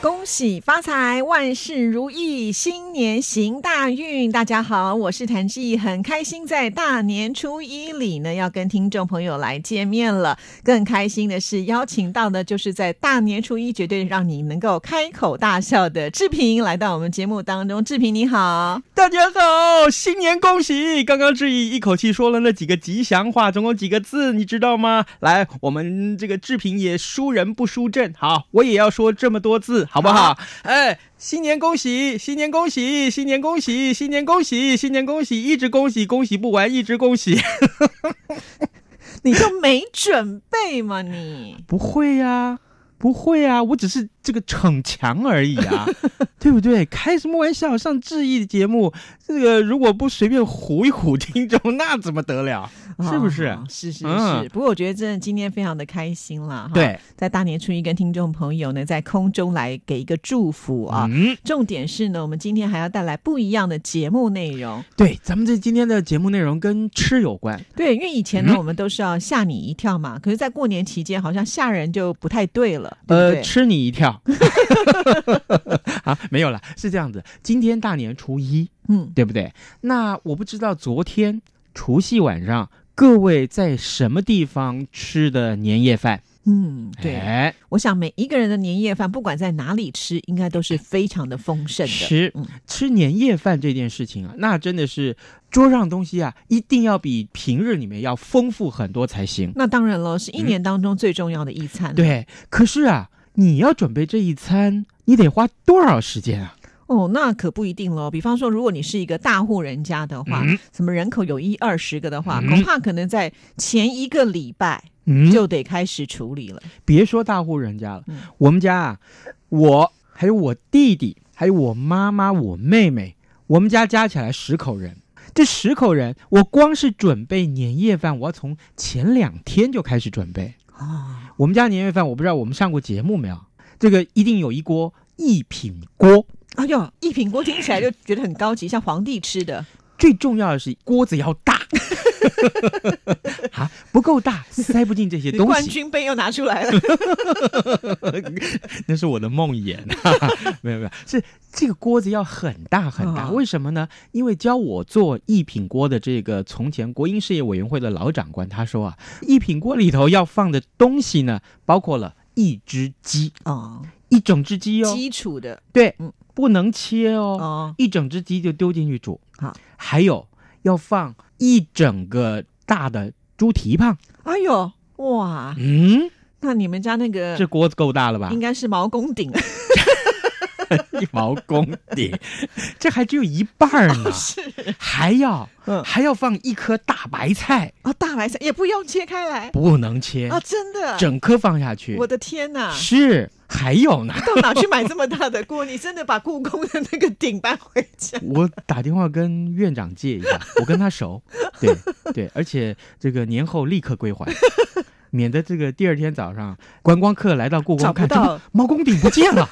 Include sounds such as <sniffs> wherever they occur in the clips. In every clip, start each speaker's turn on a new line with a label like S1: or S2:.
S1: 恭喜发财，万事如意，新年行大运！大家好，我是谭志毅，很开心在大年初一里呢，要跟听众朋友来见面了。更开心的是，邀请到的就是在大年初一绝对让你能够开口大笑的志平来到我们节目当中。志平你好，
S2: 大家好，新年恭喜！刚刚志毅一口气说了那几个吉祥话，总共几个字，你知道吗？来，我们这个志平也输人不输阵，好，我也要说这么多字，好不好？哎，新年恭喜，新年恭喜，新年恭喜，新年恭喜，新年恭喜，一直恭喜，恭喜不完，一直恭喜。
S1: 你就没准备吗你？
S2: 不会呀、不会啊，我只是这个逞强而已 <laughs> 啊，对不对？开什么玩笑？上志毅的节目，这个如果不随便唬一唬听众， <laughs> 那怎么得了？是不是？
S1: 啊是是是。
S2: 嗯
S1: 不过我觉得真的今天非常的开心啦。哈。
S2: 对，
S1: 在大年初一跟听众朋友呢，在空中来给一个祝福啊。
S2: 嗯，
S1: 重点是呢，我们今天还要带来不一样的节目内容。
S2: 对，咱们这今天的节目内容跟吃有关，
S1: 对，因为以前呢，
S2: 嗯
S1: 我们都是要吓你一跳嘛，可是，在过年期间，好像吓人就不太对了，对不
S2: 呃，
S1: 对？
S2: 吃你一 <laughs> 跳。啊，没有了，是这样子。今天大年初一，
S1: 嗯，
S2: 对不对？那我不知道昨天除夕晚上各位在什么地方吃的年夜饭？
S1: 嗯，对，
S2: 哎，
S1: 我想每一个人的年夜饭，不管在哪里吃，应该都是非常的丰盛的。
S2: 吃
S1: 嗯
S2: 吃年夜饭这件事情啊，那真的是桌上东西啊，一定要比平日里面要丰富很多才行。
S1: 那当然了，是一年当中最重要的一餐。，
S2: 对，可是啊，你要准备这一餐，你得花多少时间啊？
S1: 哦，那可不一定喽。比方说，如果你是一个大户人家的话，
S2: 嗯
S1: 什么人口有一二十个的话，
S2: 嗯
S1: 恐怕可能在前一个礼拜
S2: 嗯
S1: 就得开始处理了。
S2: 别说大户人家了，
S1: 嗯
S2: 我们家啊，我还有我弟弟，还有我妈妈、我妹妹，我们家加起来十口人。这十口人，我光是准备年夜饭，我要从前两天就开始准备。
S1: 哦，
S2: 我们家年夜饭，我不知道我们上过节目没有？这个一定有一锅一品锅，
S1: 哎呦，一品锅听起来就觉得很高级，像皇帝吃
S2: <laughs>
S1: 的。
S2: 最重要的是锅子要大， <laughs> 啊，不够大塞不进这些东
S1: 冠
S2: 西，
S1: 军杯又拿出来
S2: <laughs>
S1: 了，
S2: 那是我的梦魇。 <laughs> 哈哈没有没有，是这个锅子要很大很大，
S1: 哦
S2: 为什么呢？因为教我做一品锅的这个从前国营事业委员会的老长官他说啊，一品锅里头要放的东西呢，包括了一只鸡，
S1: 哦，
S2: 一整只鸡哦，
S1: 基础的
S2: 对
S1: 嗯，
S2: 不能切
S1: 哦，
S2: 一整只鸡就丢进去煮。
S1: 好，
S2: 还有要放一整个大的猪蹄膀。
S1: 哎呦，哇，
S2: 嗯，
S1: 那你们家那个
S2: 这啊锅子够大了吧
S1: 应？该是毛公鼎，
S2: 一毛公鼎， <laughs> 这还只有一半儿呢，
S1: <laughs> 是
S2: 还要
S1: 嗯
S2: 还要放一颗大白菜，
S1: 啊，大白菜也不用切开来
S2: 不能切，
S1: 啊，真的，
S2: 整颗放下去
S1: 我。的天哪！
S2: 是，还有呢。
S1: 到哪去买这么大的锅？你真的把故宫的那个鼎搬回
S2: <laughs>
S1: 家？
S2: 我打电话跟院长借一下，我跟他熟，对对，而且这个年后立刻归还，免得这个第二天早上观光客来到故
S1: 找
S2: 宫
S1: 不
S2: 看，怎
S1: 到
S2: 么毛公鼎不见了，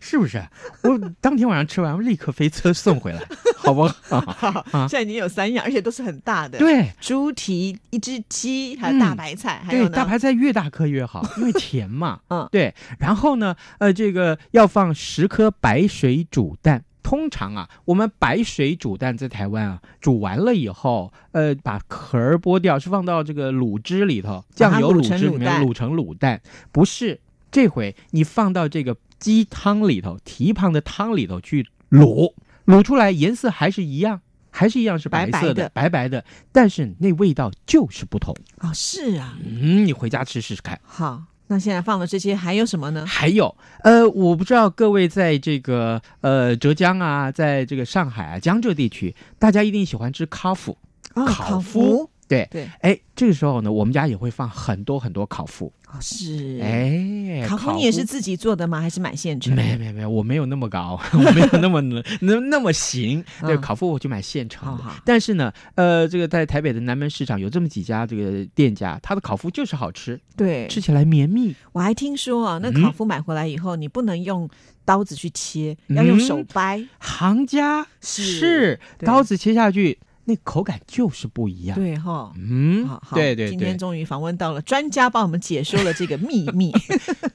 S2: 是不是？我当天晚上吃完，我立刻飞车送回来，好不好？
S1: 现在已经有三样，而且都是很大的，，
S2: 啊对。
S1: 猪蹄、一只鸡，还有大
S2: 嗯
S1: 白菜，还有
S2: 对，
S1: 呢，
S2: 大白菜越大颗越好，
S1: <laughs>
S2: 因为甜嘛。
S1: 嗯
S2: 对。然后呢，呃，这个要放十颗白水煮蛋。通常啊，我们白水煮蛋在台湾啊，煮完了以后，呃，把壳儿剥掉，是放到这个卤汁里头，
S1: 把它
S2: 酱油
S1: 啊卤
S2: 卤
S1: 成
S2: 汁
S1: 卤
S2: 里面
S1: 蛋
S2: 卤成卤蛋。不是，这回你放到这个鸡汤里头，蹄膀的汤里头去卤，卤出来颜色还是一样，还是一样是白
S1: 白白
S2: 色
S1: 的
S2: 白白的，但是那味道就是不同。
S1: 哦，是啊，
S2: 嗯，你回家吃试试看。
S1: 好，那现在放了这些，还有什么呢？
S2: 还有，呃，我不知道各位在这个呃浙江啊，在这个上海啊江浙地区，大家一定喜欢吃咖喱，
S1: 哦
S2: 烤
S1: 麸，
S2: 对
S1: 对，
S2: 哎，这个时候呢，我们家也会放很多很多烤麸。
S1: 哦是，
S2: 哎，
S1: 烤麸你也是自己做的吗？还是买现成？
S2: 没有没有没有，我没有那么高， <laughs> 我没有那么能那那么行。对，
S1: 嗯
S2: 烤麸我就买现成
S1: 好
S2: 的。
S1: 好
S2: 但是呢，呃，这个在台北的南门市场有这么几家这个店家，它的烤麸就是好吃，
S1: 对，
S2: 吃起来绵密。
S1: 我还听说啊，那
S2: 嗯
S1: 烤麸买回来以后，你不能用刀子去切，要用
S2: 嗯
S1: 手掰。
S2: 行家
S1: 是对
S2: 刀子切下去，那口感就是不一样。
S1: 对哈。
S2: 嗯
S1: 好，好，
S2: 对对
S1: 今天
S2: 对，
S1: 终于访问到了专家，帮我们解说了这个秘
S2: <laughs>
S1: 密。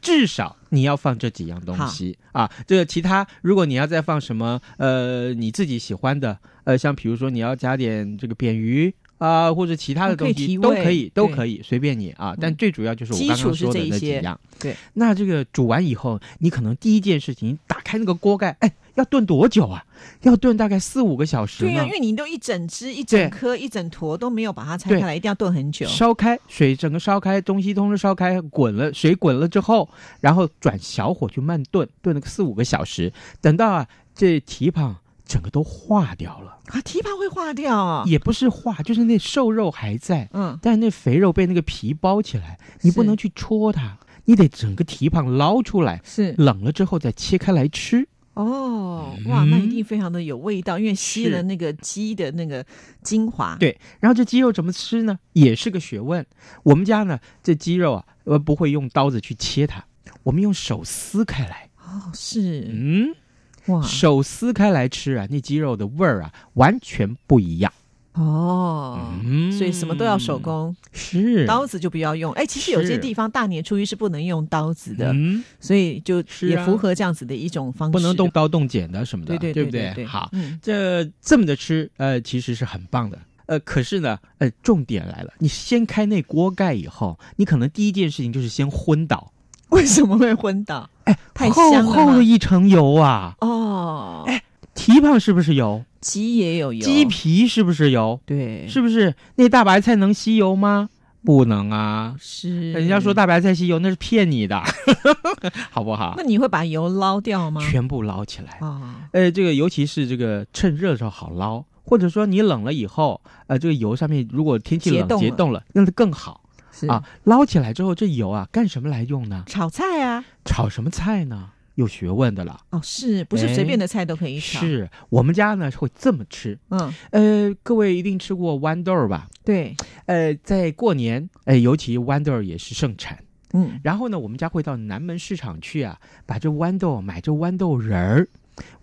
S2: 至少你要放这几样东西啊。这个其他，如果你要再放什么，呃，你自己喜欢的，呃，像比如说你要加点这个扁鱼。啊、或者其他的
S1: 哦可以
S2: 东西
S1: 提
S2: 都
S1: 味
S2: 可以，都
S1: 对
S2: 可以，随便你啊。但
S1: 嗯
S2: 最主要就是我
S1: 基
S2: 刚
S1: 础
S2: 刚
S1: 是
S2: 说的
S1: 这一
S2: 那几
S1: 些
S2: 样。
S1: 对，
S2: 那这个煮完以后，你可能第一件事情，打开那个锅盖，哎，要炖多久啊？要炖大概四五个小时
S1: 对
S2: 呢。
S1: 呀、因为你都一整只、一整颗、一整坨都没有把它拆开来，一定要炖很久。
S2: 烧开水，整个烧开，东西通通烧开，滚了，水滚了之后，然后转小火去慢炖，炖了个四五个小时，等到啊这蹄膀整个都化掉了，
S1: 啊，蹄膀会化掉啊。
S2: 也不是化，就是那瘦肉还在，
S1: 嗯，
S2: 但那肥肉被那个皮包起来，你不
S1: 是
S2: 能去戳它，你得整个蹄膀捞出来，
S1: 是
S2: 冷了之后再切开来吃。
S1: 哦，
S2: 嗯
S1: 哇，那一定非常的有味道，因为吸
S2: 是
S1: 了那个鸡的那个精华。，
S2: 对，然后这鸡肉怎么吃呢？也是个学问。我们家呢，这鸡肉啊，呃，不会用刀子去切它，我们用手撕开来。
S1: 哦，是
S2: 嗯。
S1: 哇，
S2: 手撕开来吃啊，那鸡肉的味儿啊，完全不一样。
S1: 哦，
S2: 嗯
S1: 所以什么都要手，工，
S2: 是
S1: 刀子就不要用。哎，其实有些
S2: 是
S1: 地方大年初一是不能用刀子的，
S2: 嗯，
S1: 所以就是也
S2: 啊
S1: 符合这样子的一种方式，
S2: 不能动。刀动剪的什么的，
S1: 对对
S2: 对
S1: 对
S2: 不
S1: 对，
S2: 好，
S1: 嗯， <laughs>
S2: 这这么的吃，呃，其实是很棒的。呃，可是呢，呃，重点来了，你掀开那锅盖以后，你可能第一件事情就是先昏倒，
S1: 为什么会昏倒？
S2: 哎，
S1: 太
S2: 厚
S1: 香了
S2: 厚的
S1: 吗
S2: 一层油啊，
S1: 哦，
S2: 蹄膀是不是油？
S1: 鸡也有油，
S2: 鸡皮是不是油？
S1: 对，
S2: 是不是那大白菜能吸油吗？不能啊，
S1: 是，
S2: 人家说，大白菜吸油那是骗你的， <laughs> 好不好
S1: 那？你会把油捞掉吗？
S2: 全部捞起来。
S1: 啊，
S2: 呃，这个尤其是这个趁热的时候好捞，或者说你冷了以后，呃，这个油上面如果天气
S1: 结
S2: 冷
S1: 冻
S2: 结
S1: 了
S2: 冻了，那就更好
S1: 是
S2: 啊。捞起来之后，这油啊干什么来用呢？
S1: 炒菜啊，
S2: 炒什么菜呢？有学问的了。
S1: 哦，是不是
S2: 哎
S1: 随便的菜都可以炒？，
S2: 是我们家呢会这么吃。
S1: 嗯，
S2: 呃，各位一定吃过豌豆儿吧？
S1: 对，
S2: 呃，在过年，呃，尤其豌豆儿也是盛产。
S1: 嗯，
S2: 然后呢，我们家会到南门市场去啊，把这豌豆买这豌豆仁儿。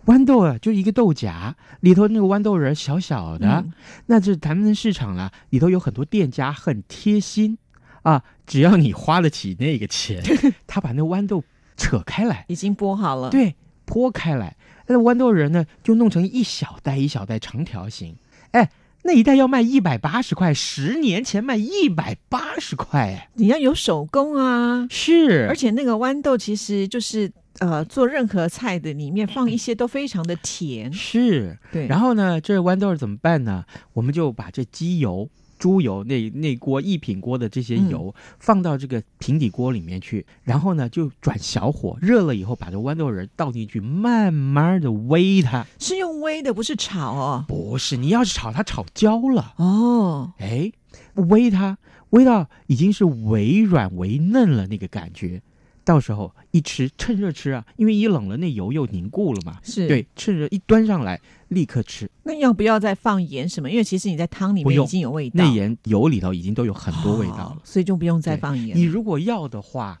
S2: 豌豆啊，就一个豆荚，里头那个豌豆仁儿小小的。
S1: 嗯
S2: 那这南门市场呢，里头有很多店家很贴心啊，只要你花得起那
S1: <laughs>
S2: 个钱，他把那豌豆扯开来，
S1: 已经剥好了，，
S2: 对，剥开来，那豌豆仁呢就弄成一小袋一小袋长条形。哎，那一袋要卖一百八十块，十年前卖一百八十块，哎，
S1: 你要有手工啊，
S2: 是，
S1: 而且那个豌豆其实就是呃，做任何菜的里面放一些都非常的甜，
S2: 是。
S1: 对，
S2: 然
S1: 后
S2: 后呢，这豌豆儿怎么办呢？我们就把这鸡油、猪油那那锅一品锅的这些
S1: 嗯
S2: 油、放到这个平底锅里面去，然后呢就转小火，热了以后把这豌豆仁倒进去，慢慢的煨它。
S1: 是用煨的，不是炒哦，
S2: 不是，你要是炒它炒焦了，
S1: 哦，
S2: 哎，煨它，煨到已经是微软微嫩了那个感觉。到时候一吃，趁热吃啊，因为一冷了那油又凝固了嘛。
S1: 是，
S2: 对，趁热一端上来，立刻吃。
S1: 那要不要再放盐什么？因为其实你在汤里
S2: 不
S1: 面
S2: 用
S1: 已经有味道，
S2: 内盐油里头已经都有很多味道
S1: 哦
S2: 了。
S1: 所以就不用再
S2: 对
S1: 放盐了。
S2: 哦你如果要的话，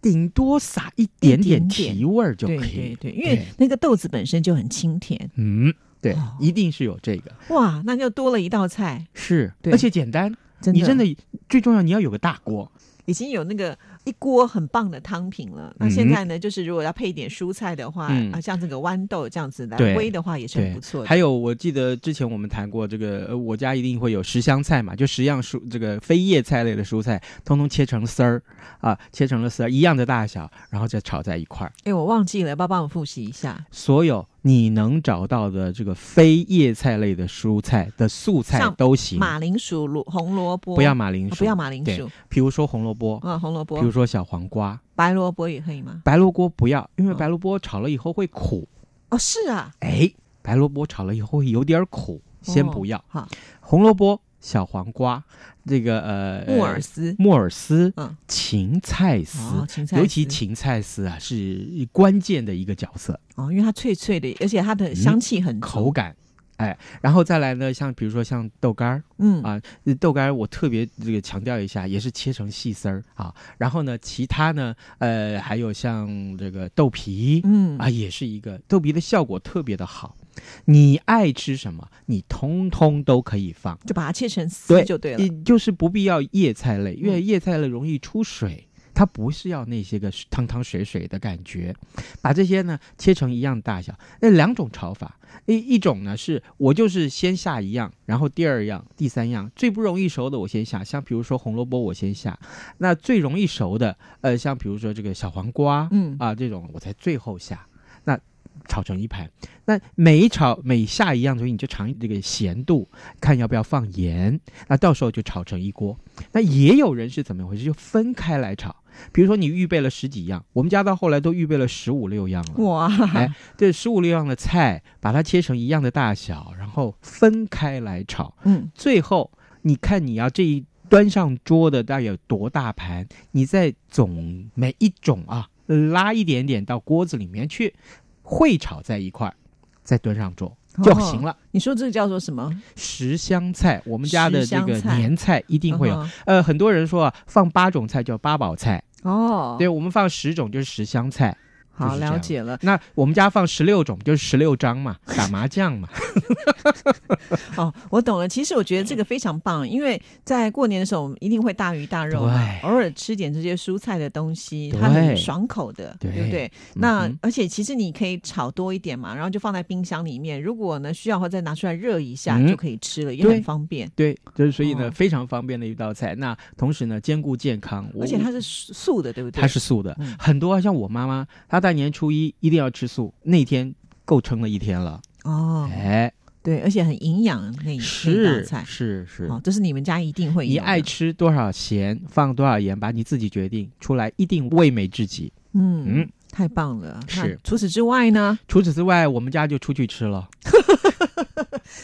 S2: 顶多撒一点点
S1: 一点点
S2: 提味儿就可
S1: 对
S2: 以。
S1: 对对，因为那个豆子本身就很清甜，
S2: 嗯，对
S1: 哦，
S2: 一定是有这个
S1: 哇，那就多了一道菜，
S2: 是，
S1: 对
S2: 而且简单。
S1: 真的，
S2: 你真的最重要，你要有个大锅。
S1: 已经有那个一锅很棒的汤品了。那
S2: 嗯
S1: 现在呢，就是如果要配一点蔬菜的话，
S2: 嗯
S1: 啊，像这个豌豆这样子来
S2: 对
S1: 煨的话，也是很
S2: 对
S1: 不错的。
S2: 还有，我记得之前我们谈过这个，呃，我家一定会有十香菜嘛，就十样蔬这个非叶菜类的蔬菜，通通切成丝儿啊，切成了丝儿一样的大小，然后再炒在一块儿。
S1: 哎，我忘记了，要不要帮我复习一下？
S2: 所有你能找到的这个非叶菜类的蔬菜的素菜
S1: 像
S2: 都行，
S1: 马铃薯、萝红萝卜，
S2: 不要马铃
S1: 哦
S2: 薯，
S1: 不要马铃
S2: 对
S1: 薯
S2: 比如说红萝卜，
S1: 啊，红萝
S2: 比
S1: 卜
S2: 如、说小黄瓜，
S1: 白萝卜也可以吗？
S2: 白萝卜不要，因为
S1: 嗯
S2: 白萝卜炒了以后会苦。
S1: 哦，是啊，
S2: 哎，白萝卜炒了以后会有点苦，先
S1: 哦
S2: 不要。
S1: 好，
S2: 红萝卜、小黄瓜，这个呃
S1: 木耳丝，
S2: 木耳丝、
S1: 嗯，
S2: 芹菜丝，
S1: 哦芹菜
S2: 尤其
S1: 丝
S2: 芹菜丝啊是关键的一个角色，
S1: 哦，因为它脆脆的，而且它的香气很足
S2: 嗯口，感。哎，然后再来呢，像比如说像豆干儿，
S1: 嗯
S2: 啊呃豆干儿我特别这个强调一下，也是切成细丝儿啊。然后呢，其他呢，呃，还有像这个豆皮，
S1: 嗯
S2: 啊，也是一个豆皮的效果特别的好。你爱吃什么，你通通都可以放，
S1: 就把它切成丝
S2: 对
S1: 就对了。
S2: 你就是不必要叶菜类，因为
S1: 嗯
S2: 叶菜类容易出水。它不是要那些个汤汤水水的感觉，把这些呢切成一样大小。那两种炒法，一一种呢是我就是先下一样，然后第二样、第三样最不容易熟的我先下，像比如说红萝卜我先下，那最容易熟的，呃，像比如说这个小黄瓜，
S1: 嗯
S2: 啊这种我才最后下，那炒成一盘，那每一炒每下一样东西你就尝这个咸度，看要不要放盐，那到时候就炒成一锅。那也有人是怎么回事，就分开来炒，比如说你预备了十几样，我们家到后来都预备了十五六样了。
S1: 哇，
S2: 哎这十五六样的菜，把它切成一样的大小，然后分开来炒，
S1: 嗯，
S2: 最后你看你要这一端上桌的大概有多大盘，你再总每一种啊拉一点点到锅子里面去，烩炒在一块儿，再端上桌
S1: 哦
S2: 就行了。
S1: 你说这个叫做什么？
S2: 十香菜，我们家的这个
S1: 十香菜
S2: 年菜一定会有。
S1: 嗯
S2: 呃，很多人说啊，放八种菜叫八宝菜，
S1: 哼哦，
S2: 对我们放十种就是十香菜。
S1: 好
S2: 就是这样
S1: 了解了。
S2: 那我们家放十六种就是十六张嘛，打麻将嘛。
S1: 哦，我懂了。其实我觉得这个非常棒，因为在过年的时候，我们一定会大鱼大 <laughs> 肉嘛
S2: 对，
S1: 偶尔吃点这些蔬菜的东西，
S2: 对
S1: 它很爽口的，对
S2: 对
S1: 不对？那、
S2: 嗯
S1: 而且其实你可以炒多一点嘛，然后就放在冰箱里面。如果呢需要的话，再拿出来热一下、
S2: 嗯
S1: 就可以吃了，也
S2: 对
S1: 很方便。
S2: 对，就是所以呢，
S1: 哦
S2: 非常方便的一道菜。那同时呢，兼顾健康，我
S1: 而且它是素的，对不对？
S2: 它是素的，
S1: 嗯
S2: 很多啊像我妈妈，她大年初一一定要吃素，那天够撑了一天了，
S1: 哦，
S2: 哎，
S1: 对，而且很营养那一那一
S2: 是
S1: 道菜。
S2: 是是。
S1: 哦，这是你们家一定会
S2: 你
S1: 有的
S2: 爱吃多少咸，放多少盐，把你自己决定出来，一定味美至极。
S1: 嗯，
S2: 嗯，
S1: 太棒了。那
S2: 是
S1: 除此之外呢？
S2: 除此之外，我们家就出去吃了。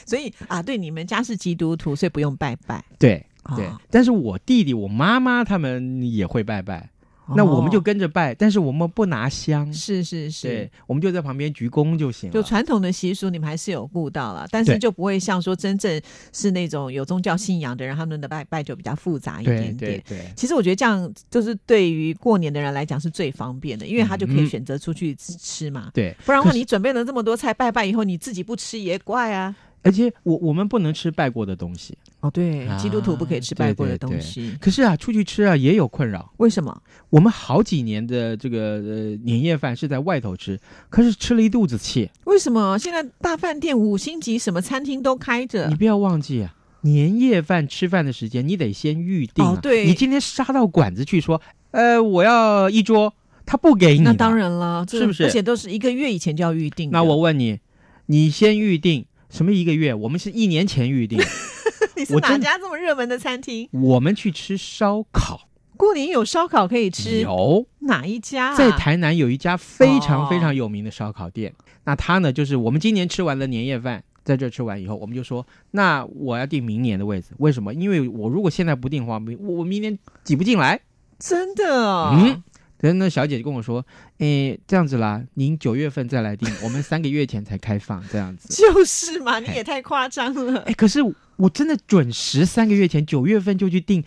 S1: 所以啊，对，你们家是基督徒，所以不用拜拜。
S2: 对
S1: 啊
S2: 对，但是我弟弟、我妈妈他们也会拜拜，那我们就
S1: 哦
S2: 跟着拜，但是我们不拿香，
S1: 是是是
S2: 对，，我们就在旁边鞠躬就行了。
S1: 就传统的习俗你们还是有顾到了，但是
S2: 对
S1: 就不会像说真正是那种有宗教信仰的人，他们的拜拜就比较复杂一
S2: 对
S1: 点
S2: 对
S1: 点。
S2: 对，
S1: 其实我觉得这样就是对于过年的人来讲是最方便的，因为他就可以
S2: 嗯
S1: 选择出去吃吃嘛。
S2: 对，
S1: 不然的话，
S2: 可是
S1: 你准备了这么多菜拜拜以后，你自己不吃也怪啊。
S2: 而且我我们不能吃拜过的东西。
S1: 哦，对，
S2: 啊
S1: 基督徒不可以吃拜过的东西，
S2: 可是啊，出去吃啊也有困扰。
S1: 为什么？
S2: 我们好几年的这个呃年夜饭是在外头吃，可是吃了一肚子气。
S1: 为什么现在大饭店、五星级什么餐厅都开着
S2: 你？不要忘记啊，年夜饭吃饭的时间你得先预定、啊。
S1: 哦对
S2: 你今天杀到馆子去说，呃，我要一桌，他不给你。
S1: 那当。然了，这
S2: 是不是
S1: 而且都是一个月以前就要预定的。
S2: 那我问你，你先预定什么一个月？我们是一年前
S1: <laughs>
S2: 预定。
S1: <laughs> 你是
S2: 我
S1: 哪
S2: 真
S1: 家这么热门的餐厅？
S2: 我们去吃烧烤，
S1: 过年有烧烤可以吃，
S2: 有。
S1: 哪一家、啊？
S2: 在台南有一家非常
S1: 哦
S2: 非常有名的烧烤店，那它呢，就是我们今年吃完了年夜饭，在这儿吃完以后，我们就说，那我要订明年的位置，为什么？因为我如果现在不订的话，明我我明年挤不进来。
S1: 真的哦，
S2: 嗯，然后那小姐就跟我说，诶，这样子啦，您九月份再来订，我们三个月前才开放，这样子。
S1: 就是嘛，
S2: 哎
S1: 你也太夸张了
S2: <laughs> 哎，。可是我真的准时三个月前九月份就去订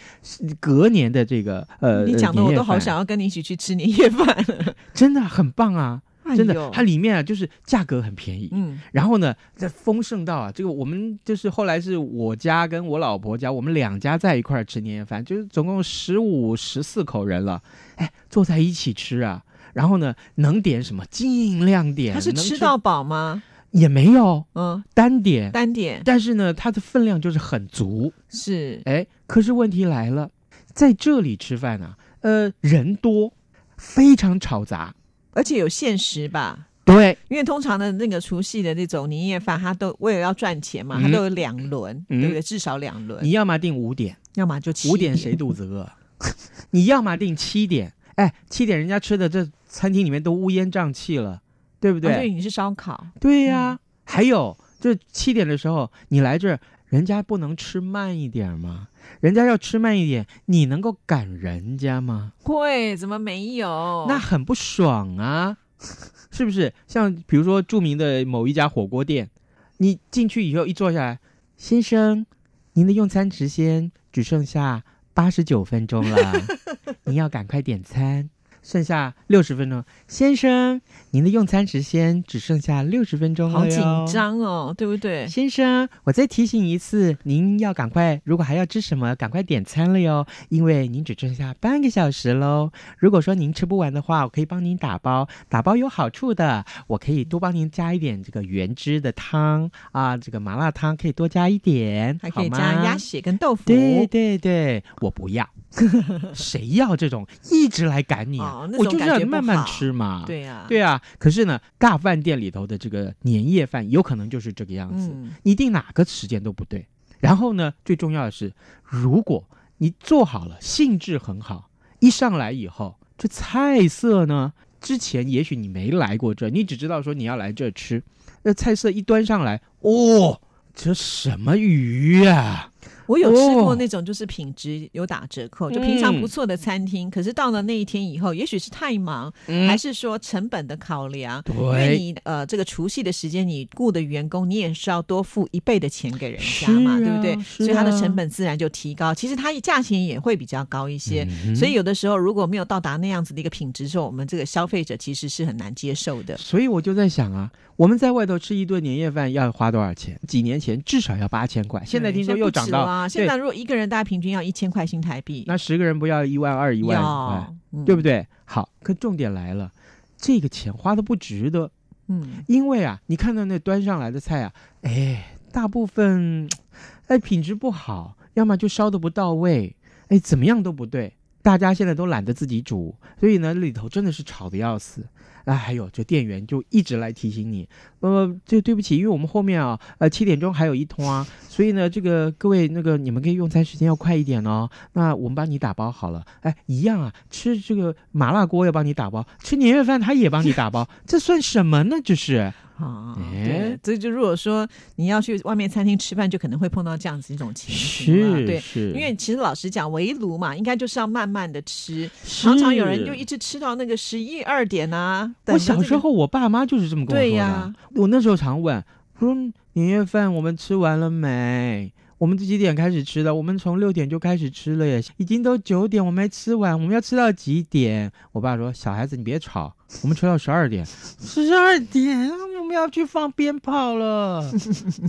S2: 隔年的这个呃，
S1: 你讲的
S2: 年
S1: 我
S2: 夜
S1: 都好
S2: 饭
S1: 想，要跟你一起去吃年夜饭了，
S2: 真的很棒啊， <laughs> 真
S1: 哎
S2: 的，
S1: 呦
S2: 它里面啊就是价格很便宜，
S1: 嗯，
S2: 然后呢，在丰盛到啊，这个我们就是后来是我家跟我老婆家，我们两家在一块儿吃年夜饭，就是总共十五十四口人了，哎，坐在一起吃啊。然后呢，能点什么尽量点，
S1: 他是
S2: 能
S1: 吃到饱吗？
S2: 也没有
S1: 嗯，
S2: 单点，
S1: 单点
S2: 但是呢，它的分量就是很足。
S1: 是
S2: 哎，可是问题来了，在这里吃饭啊，呃，人多，非常吵杂。
S1: 而且有限时吧。
S2: 对，
S1: 因为通常的那个除夕的那种年夜饭，它都为了要赚钱嘛，
S2: 嗯
S1: 它都有两轮，
S2: 嗯
S1: 对不对？至少两轮
S2: 你，要么定五点。
S1: 要么就七
S2: 五点谁肚子饿？ <laughs> 你要么定七点，哎，七点人家吃的这餐厅里面都乌烟瘴气了，对不
S1: 哦对，
S2: 啊对？嗯
S1: 你是烧烤，
S2: 对呀、还有这七点的时候你来这儿，人家不能吃慢一点吗？人家要吃慢一点，你能够赶人家吗？
S1: 会怎么没有？
S2: 那很不爽啊， <laughs> 是不是？像比如说著名的某一家火锅店，你进去以后一坐下来，先生，您的用餐时间只剩下八十九分
S1: <laughs>
S2: 钟了，您要赶快点餐。剩下六十分钟，先生，您的用餐时间只剩下六十分钟了
S1: 好紧
S2: 哟
S1: 张哦，对不对？
S2: 先生，我再提醒一次，您要赶快，如果还要吃什么，赶快点餐了哟，因为您只剩下半个小时喽。如果说您吃不完的话，我可以帮您打包，打包有好处的，我可以多帮您加一点这个原汁的汤啊，这个麻辣汤可以多加一点，
S1: 还可以
S2: 好吗
S1: 加鸭血跟豆腐。
S2: 对啊对对，我不要，谁要这种一直来赶你啊？
S1: 哦那
S2: 我
S1: 种
S2: 就是
S1: 感
S2: 要
S1: 觉不
S2: 慢慢
S1: 好
S2: 吃嘛。
S1: 对啊，
S2: 对啊，可是呢，大饭店里头的这个年夜饭有可能就是这个样子，
S1: 嗯，
S2: 你定哪个时间都不对。然后呢，最重要的是，如果你做好了，兴致很好，一上来以后，这菜色呢，之前也许你没来过这，你只知道说你要来这吃，那菜色一端上来，哦，这什么鱼啊？
S1: 我有吃过
S2: 哦
S1: 那种就是品质有打折扣，就平常不错的餐厅，可是到了那一天以后，也许是太忙，还
S2: 嗯，
S1: 是说成本的考量。因为
S2: 对，
S1: 你呃，这个除夕的时间，你雇的员工，你也是要多付一倍的钱给人家嘛，
S2: 是啊
S1: 对不对？所
S2: 是
S1: 以它的
S2: 啊
S1: 成本自然就提高，其实它价钱也会比较高一些。
S2: 嗯
S1: 所以有的时候如果没有到达那样子的一个品质的时候，我们这个消费者其实是很难接受的。
S2: 所以我就在想啊，我们在外头吃一顿年夜饭要花多少钱？几年前至少要八千块，现在
S1: 对
S2: 听说又涨
S1: 哎不止
S2: 到，
S1: 啦
S2: 对
S1: 现在如果一个人大概平均要一千块新台币，
S2: 那十个人不要一万二、一万块，
S1: 要、嗯
S2: 对不？对？好，可重点来了，这个钱花的不值得，
S1: 嗯，
S2: 因为啊，你看到那端上来的菜啊，哎，大部分，哎，品质不好，要么就烧的不到位，哎，怎么样都不对。大家现在都懒得自己煮，所以呢，里头真的是吵得要死。啊，还有这店员就一直来提醒你，呃，这对不起，因为我们后面啊，呃，七点钟还有一通啊，所以呢，这个各位那个你们可以用餐时间要快一点哦。那我们帮你打包好了，哎，一样啊，吃这个麻辣锅要帮你打包，吃年夜饭他也帮你打包，这算什么呢？这是，
S1: 啊，
S2: 哎
S1: 对，这就如果说你要去外面餐厅吃饭，就可能会碰到这样子一种情形啦
S2: <laughs> 是
S1: 对。
S2: 是，
S1: 因为其实老实讲，围炉嘛，应该就是要慢慢的吃，
S2: 是
S1: 常常有人就一直吃到那个十一二点啊。等
S2: 我
S1: 着这
S2: 小
S1: 个
S2: 时候，我爸妈就是这么跟我说
S1: 对
S2: 的。
S1: 呀
S2: 我那时候常问，我说年夜饭我们吃完了没？我们这几点开始吃的？我们从六点就开始吃了耶，已经都九点，我们没吃完，我们要吃到几点？我爸说：“小孩子，你别吵，我们吃到十二点。十二点，我们要去放鞭炮 <laughs> 了。”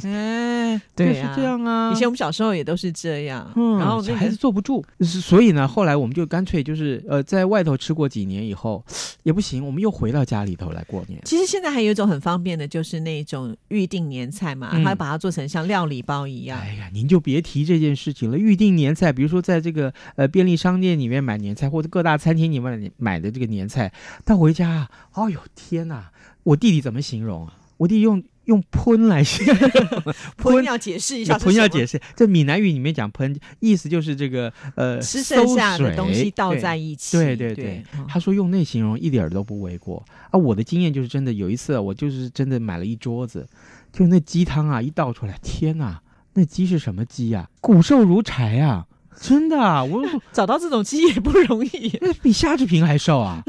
S2: 哎，
S1: 对
S2: 就是
S1: 呀
S2: 这样啊。
S1: 以前我们小时候也都是这样，
S2: 嗯，
S1: 然后
S2: 小
S1: 那
S2: 孩
S1: 个
S2: 子坐不住，是所以呢，后来我们就干脆就是呃，在外头吃过几年以后， <sniffs> 也不行，我们又回到家里头来过年。
S1: 其实现在还有一种很方便的，就是那种预定年菜嘛，
S2: 嗯
S1: 它把它做成像料理包一样。
S2: 哎呀，您就别提这件事情了。预定年菜，比如说在这个呃便利商店里面买年菜，或者各大餐厅里面买的这个年菜，到回家啊，哎呦天哪！我弟弟怎么形容啊？我弟用用喷来形容，
S1: 喷要解释一下，
S2: 喷要解释，这闽南语里面讲喷，意思就是这个 <laughs> 呃
S1: 吃剩下
S2: 馊
S1: 的
S2: 水
S1: 东西倒
S2: 对
S1: 在一起。
S2: 对
S1: 对
S2: 对对
S1: 嗯
S2: 他说用那形容一点儿都不为过啊！我的经验就是真的，有一次啊我就是真的买了一桌子，就那鸡汤啊一倒出来，天呐，那鸡是什么鸡啊？骨瘦如柴啊！真的啊，我。
S1: 找到这种鸡也不容易
S2: 那比夏志平还瘦啊！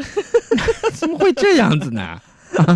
S2: <laughs> 怎么会这样子呢？ <laughs>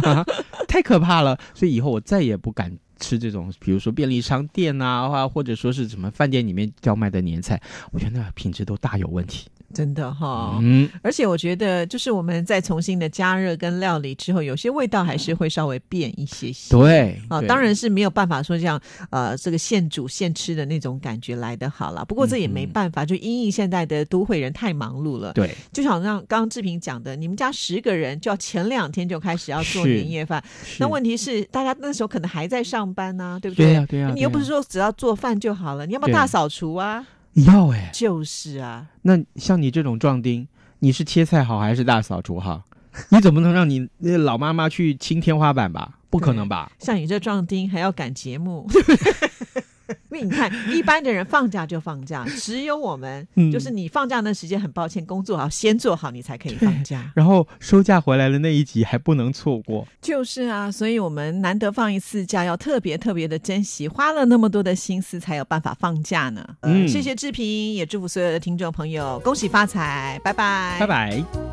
S2: 太可怕了！所以以后我再也不敢吃这种，比如说便利商店啊，啊或者说是什么饭店里面叫卖的年菜，我觉得那品质都大有问题。
S1: 真的哈、
S2: 嗯，
S1: 而且我觉得，就是我们在重新的加热跟料理之后，有些味道还是会稍微变一些些。
S2: 对
S1: 啊，
S2: 对
S1: 当然是没有办法说像呃这个现煮现吃的那种感觉来的好了。不过这也没
S2: 嗯哼
S1: 办法，就因应现在的都会人太忙碌了，
S2: 对，
S1: 就想让刚刚志平讲的，你们家十个人就要前两天就开始要做
S2: 是
S1: 年夜饭，
S2: 是
S1: 那问题是大家那时候可能还在上班呢、对不
S2: 对啊呀对呀
S1: 你又
S2: 对
S1: 不
S2: 呀
S1: 是说只要做饭就好了，你要不要
S2: 对
S1: 大扫除啊？
S2: 要哎、
S1: 就是啊，
S2: 那像你这种壮丁，你是切菜好还是大扫除好？你总不能让你那老妈妈去清天花板吧？不可能吧？
S1: <laughs> 像你这壮丁还要赶节目，因为你看，一般的人放假就放假，只有我们、
S2: 嗯
S1: 就是你放假那时间，很抱歉，工作要先做好，你才可以放
S2: <laughs>
S1: 假。
S2: 然后收假回来的那一集还不能错过。
S1: 就是啊，所以我们难得放一次假，要特别特别的珍惜，花了那么多的心思才有办法放假呢。呃
S2: 嗯
S1: 谢谢志平，也祝福所有的听众朋友，恭喜发财，拜拜，
S2: 拜。拜。